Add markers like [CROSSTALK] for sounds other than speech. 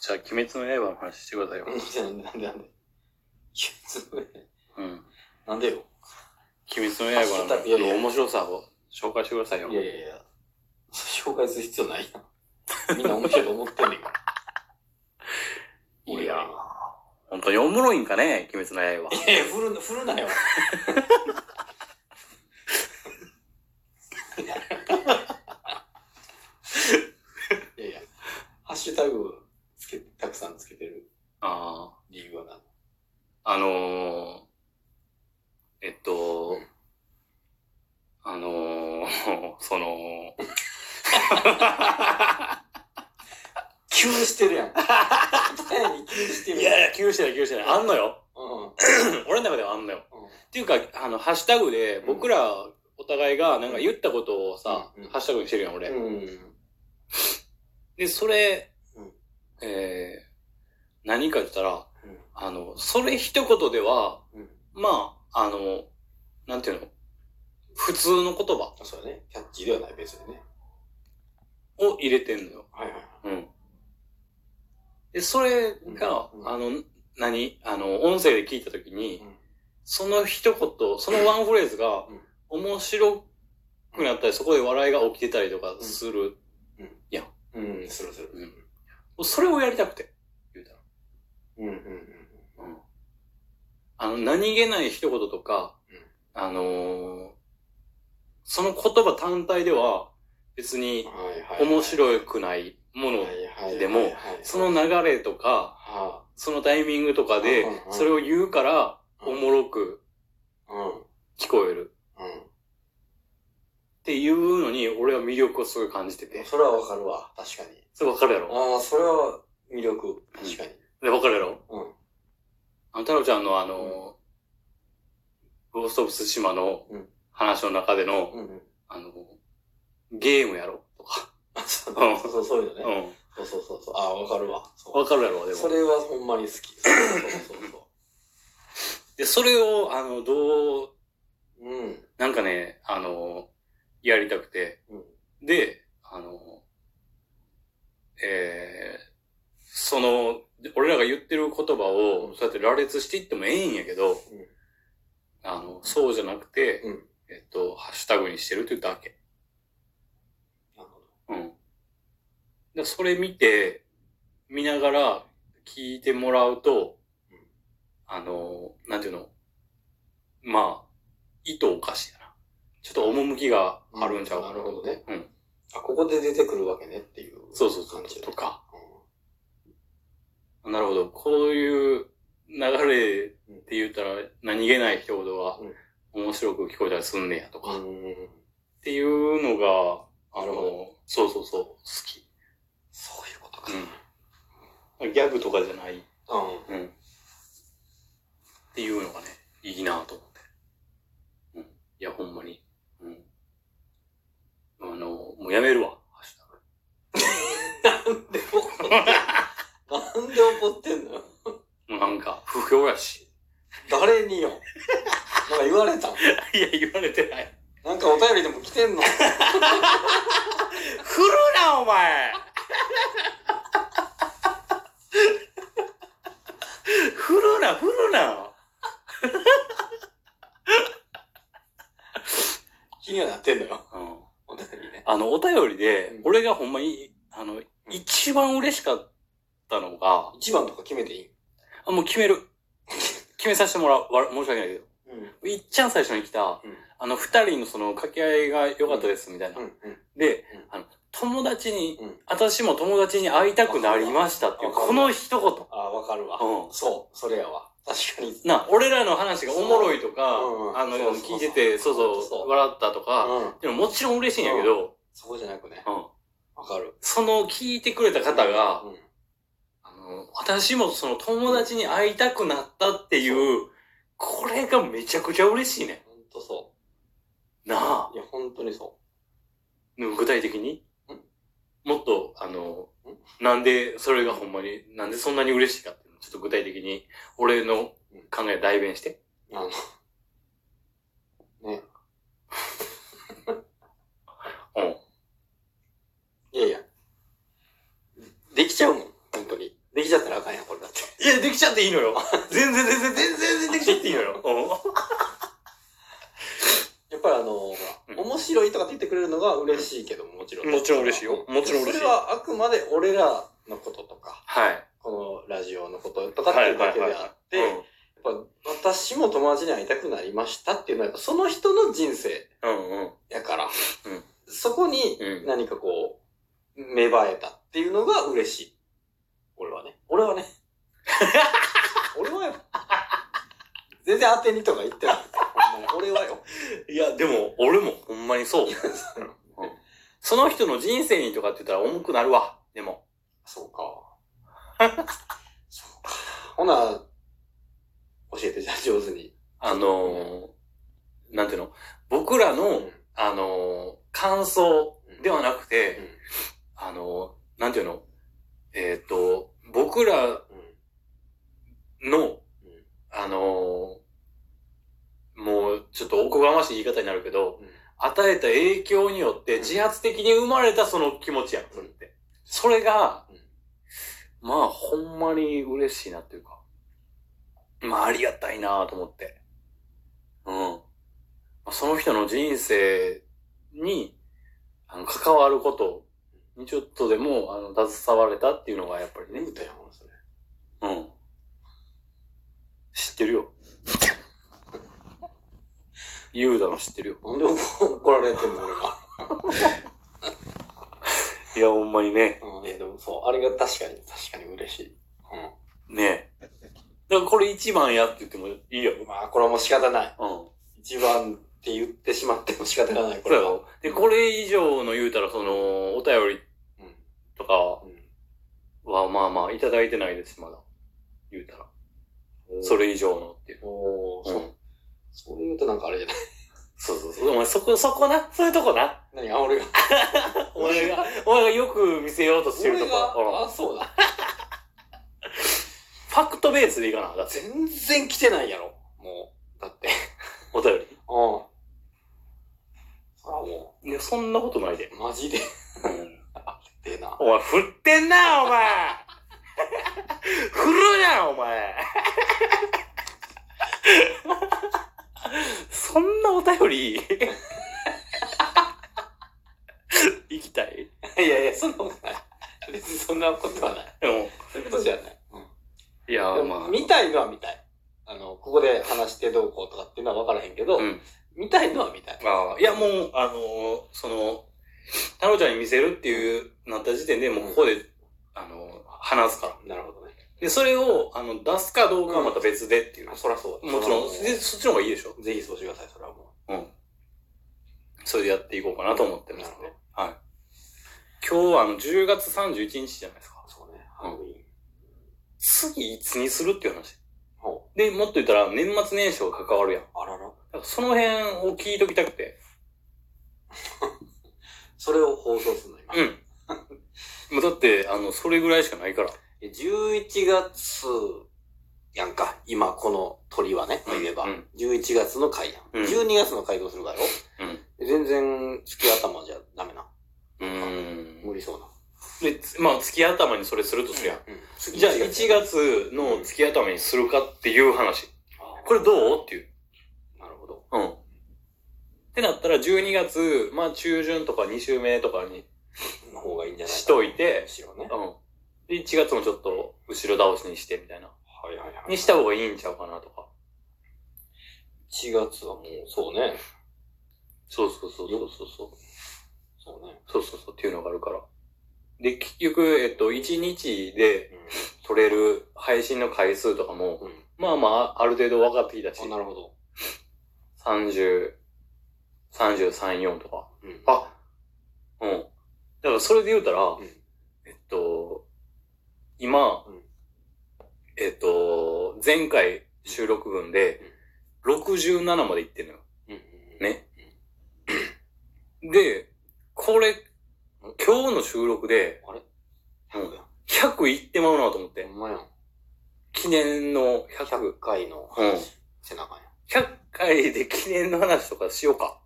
じゃあ、鬼滅の刃の話してくださいよ。なんでなんでなんで。鬼滅のうん。刃なんでよ。鬼滅ハッシュのタグよ刃りの面白さを紹介してくださいよい。やいやいや。紹介する必要ないやん。みんな面白いと思ってんねんから。俺は今本当におもろいんかね、鬼滅の刃。いやいや、振るな、振るなよ。いやいや、ハッシュタグをつけたくさんつけてるあ理由は何あ。あのー、えっとうん、あのー、 [LAUGHS] その、急してるやん。答えに急してるやん。いや、急してない、急してない。あんのよ。 [LAUGHS] うん。うん。俺の中ではあんのよ。っていうか、あの、ハッシュタグで、僕ら、お互いが、なんか言ったことをさ、うんうんハッシュタグにしてるやん、俺。うん。で、それ、うんえー、何かって言ったら、うんあの、それ一言では、うん。まあ、あの、なんていうの、普通の言葉そうだね。キャッチーではない、別にね。を入れてんのよ。はいはい。うん。で、それが、うんあの、何あの、音声で聞いたときに、うんその一言、そのワンフレーズがうん、面白くなったり、そこで笑いが起きてたりとかする。うん、するする。それをやりたくて、言うたら。うん、うん、あの、何気ない一言とか、あのーその言葉単体では別うん。にはいはい。面白くないもの、いでも、そのは流れとか、あそのタイミングとかでうんうんう、んそれを言うから、うおんもろくうん。聞こえるうっていうのに、俺は魅力をすごい感じててん。。それはわかるわ。確かに。それわかるやろああ、それは魅力。確かに。で、わかるやろうん。あの、太郎ちゃんのあのー、ゴースト・オブ・ツシマのうん話の中での、うん [LAUGHS] うん。あの、ゲームやろとか。あそうそうそう、そういううのね。ん。そうそうそうそう。ああ、わかるわ。そわかるやろ、でう。も。それはほんまに好き。そうそうそうそで、それを、あの、どう、う。うん。なんかね、あの、やりたくて。うん。で、あの、えー、その、俺らが言ってる言葉うを、んそうやって羅列していってもええんやけど、あの、そうじゃなくて、うんえっと、ハッシュタグにしてるというだけ。なるほうん。で、それ見て、見ながら聞いてもらうとうん、あの、なんていうのまあ、意図おかしいな。ちょっと趣がど。あるんちゃうかなるほどね。うん。あ、ここで出てくるわけねっていう。そうそうそう感じ。とか。なるほど。こういう流れって言ったら、何気ない表情がうん面白く聞こえたりすんねやとうか、っん。うん。ていうのが、あなるほの、そうそうそう、好き。そういうことか。うん。ギャグとかじゃない。うん。うん。っていうのがね、いいなと思って。うん。いや、ほんまに。うん。あの、もうやめるわ。ハッシュタグなんで怒ってんのなんで怒ってんのよ。もうなんか、不評やし。誰によ。なんか言われたんいや、言われてない。なんかお便りでも来てんの振るな、お前振るな、振るな。気にはなってんのよ。うん。お便りね。あの、お便りでうん、俺がほんまに、あの、一番嬉しかったのが、一番とか決めていいあ、もう決める。決めさせてもらう。わ申し訳ないけど。うん。うん。いっちゃん最初に来た、あの、二人のその掛け合いが良かったです、みたいな。うん。でうん、あの、友達に、うん。うん。私も友達に会いたくなりましたっていう、わかるわこの一言。ああ、わかるわ。うんそう、それやわ。確かに。な、俺らの話がおもろいとか、そううんあの、そうそうそ聞ういてて、そうそう、そう笑ったとか、うん。でももちろん嬉しいんやけど、そこじゃなくね。うんわかる。その聞いてくれた方が、うん。あの、私もその友達に会いたくなったっていう、これがめちゃくちゃ嬉しいね。ほんとそなあう。いや、ほんとにそ具体的にんもっと、あのん、なんでそれがほんまに、なんでそんなに嬉しいかっていうのちょっと具体的に、俺の考え代弁して。う。あの。ね。うん。いやいや。できちゃうもん、ほんとに。でききちゃったらあかんやん、これだって。いや、できちゃっていい [LAUGHS] のよ。全然、全然、全然、全然できちゃっていいの [LAUGHS] よ。うんやっぱりあの、ほうら、ん面白いとかって言ってくれるのが嬉しいけども、もちろん。もちろん嬉しいよもちろん嬉しいそれはあくまで俺らのこととか、はい。このラジオのこととかっはていい、うはいだ、けではいあって、やっぱ私も友達に会いたくなりましたっていうのは、やっぱその人の人生うん。うん、うん。やから、うんそこにうん何かこう、芽生えたっていうのが嬉しい。俺はね。俺 [LAUGHS] はね。俺はよ。全然当てにとか言ってない。ほんまに俺はよ。いや、でも、俺もほんまに [LAUGHS] そう。うんその人の人生にとかって言ったら重くなるわ。でも。そうか。そうか。ほな、教えて、じゃあ上手に。あのー、なんていうの僕らうの、あのー、感想ではなくて、うんあの、なんていうのえっ、と、僕らの、うんあの、もうちょっとおこがましい言い方になるけど、与えた影響によってうん自発的に生まれたその気持ちやん、それって。それが、まあ、ほんまに嬉しいなっていうか、まあ、ありがたいなと思って。うんまあ。その人の人生に、あの、関わることにちょっとでも、あの、携われたっていうのがやっぱりね何、歌やもん、それ。うん。知ってる [LAUGHS] よ。ユうだの知ってるよ。なんで怒怒られてんの、俺が。いや、ほんまにね。 [LAUGHS] うん、いやでもそう、あれが確かに、確かに嬉しい。ねだからこれ一番やって言ってもいいよ。うん。まあ、これはもう仕方ない。うん。一番って言ってしまっても仕方がない、ここれれはは。で、これ以上の言うたら、その、お便りうん。とかうは、まあまあ、いただいてないです、まだ。言うたら。ん。そ。れ以上のっていう。おー、うそんう。。そう言うとなんかあれじゃない。 [LAUGHS] そうそうそう。お前、そこ、そこな。そういうとこな。何あ、俺 [LAUGHS] が。お前が、お前がよく見せようとしてる俺とがこ。う、んあ、そうだ。ファクトベースでいいかな。だって、全然来てないやろ。もう。だって。お便り。うん。そらもいや、そんなことないで。う、マジで、うんでな。お前、振ってんな、お前振るな、お前そんなお便り行きたいいやいや、そんなことない。別にそんなことはない。でもそういうことじゃない。ういや、ん。でまも、あ。見たいのは見たい。あの、ここで話してどうこうとかっていうのは分からへんけど、うん。見たいのは見たい。ああ、いや、もう、あのーその、太郎ちゃんに見せるっていう、なった時点で、もうここで、あのー話すから。なるほどね。で、それを、あの、出すかどうかはまた別でっていう。あそらそうだもちろん、そでらそっちの方がいいでしょもうぜひそうしてください、それはもうん。それでやっていこうかなと思ってますなねる。はい。今日はあの10月31日じゃないですか。う。そうね。ハロウィーン。次いつにするっていう話。ほで、もっと言ったら年末年始が関わるやん。だう。あらら。からその辺を聞いときたくて。それを放送するの、今。 [LAUGHS] うん。もうだって、あの、それぐらいしかないから。 11月やんか。今、この鳥はね、うん言えば。うん11月の回やん。うん12月の回どうするかよ。う全然、月頭じゃダメな。ん。うー無ん。理そうな。で、つまあ、月頭にそれするとするやん。うんじゃあ、1。月の月頭にするかっていう話。ここれれ、どうっていう。なるほど。うん。ってなったら、12月、まあ、中旬とか2週目とかにの方がいいんじゃないしといてむしろね。うん。で、1月もちょっと後ろ倒しにしてみたいな。はいはいはにした方がいいんちゃうかなとか。 1月はもう、そうね。そうそうそうそうそうそう。そうね。そうそうそうっていうのがあるから。で、結局、えっと、1日で取れる配信の回数とかも、うん。うん。まあまあ、ある程度分かってきたしあ、、なるほど。 30、33、4とか。うんあ、うん。だからそれで言うたら、んえっと、今、うんえっと、前回収録分で、67までいってんのよ。うん。ね。で、これ、今日の収録でうん。うん100いってまうなと思ってほ。んまやん。記念の100。 100回のうん。背中やん。 100回で記念の話とかしようか。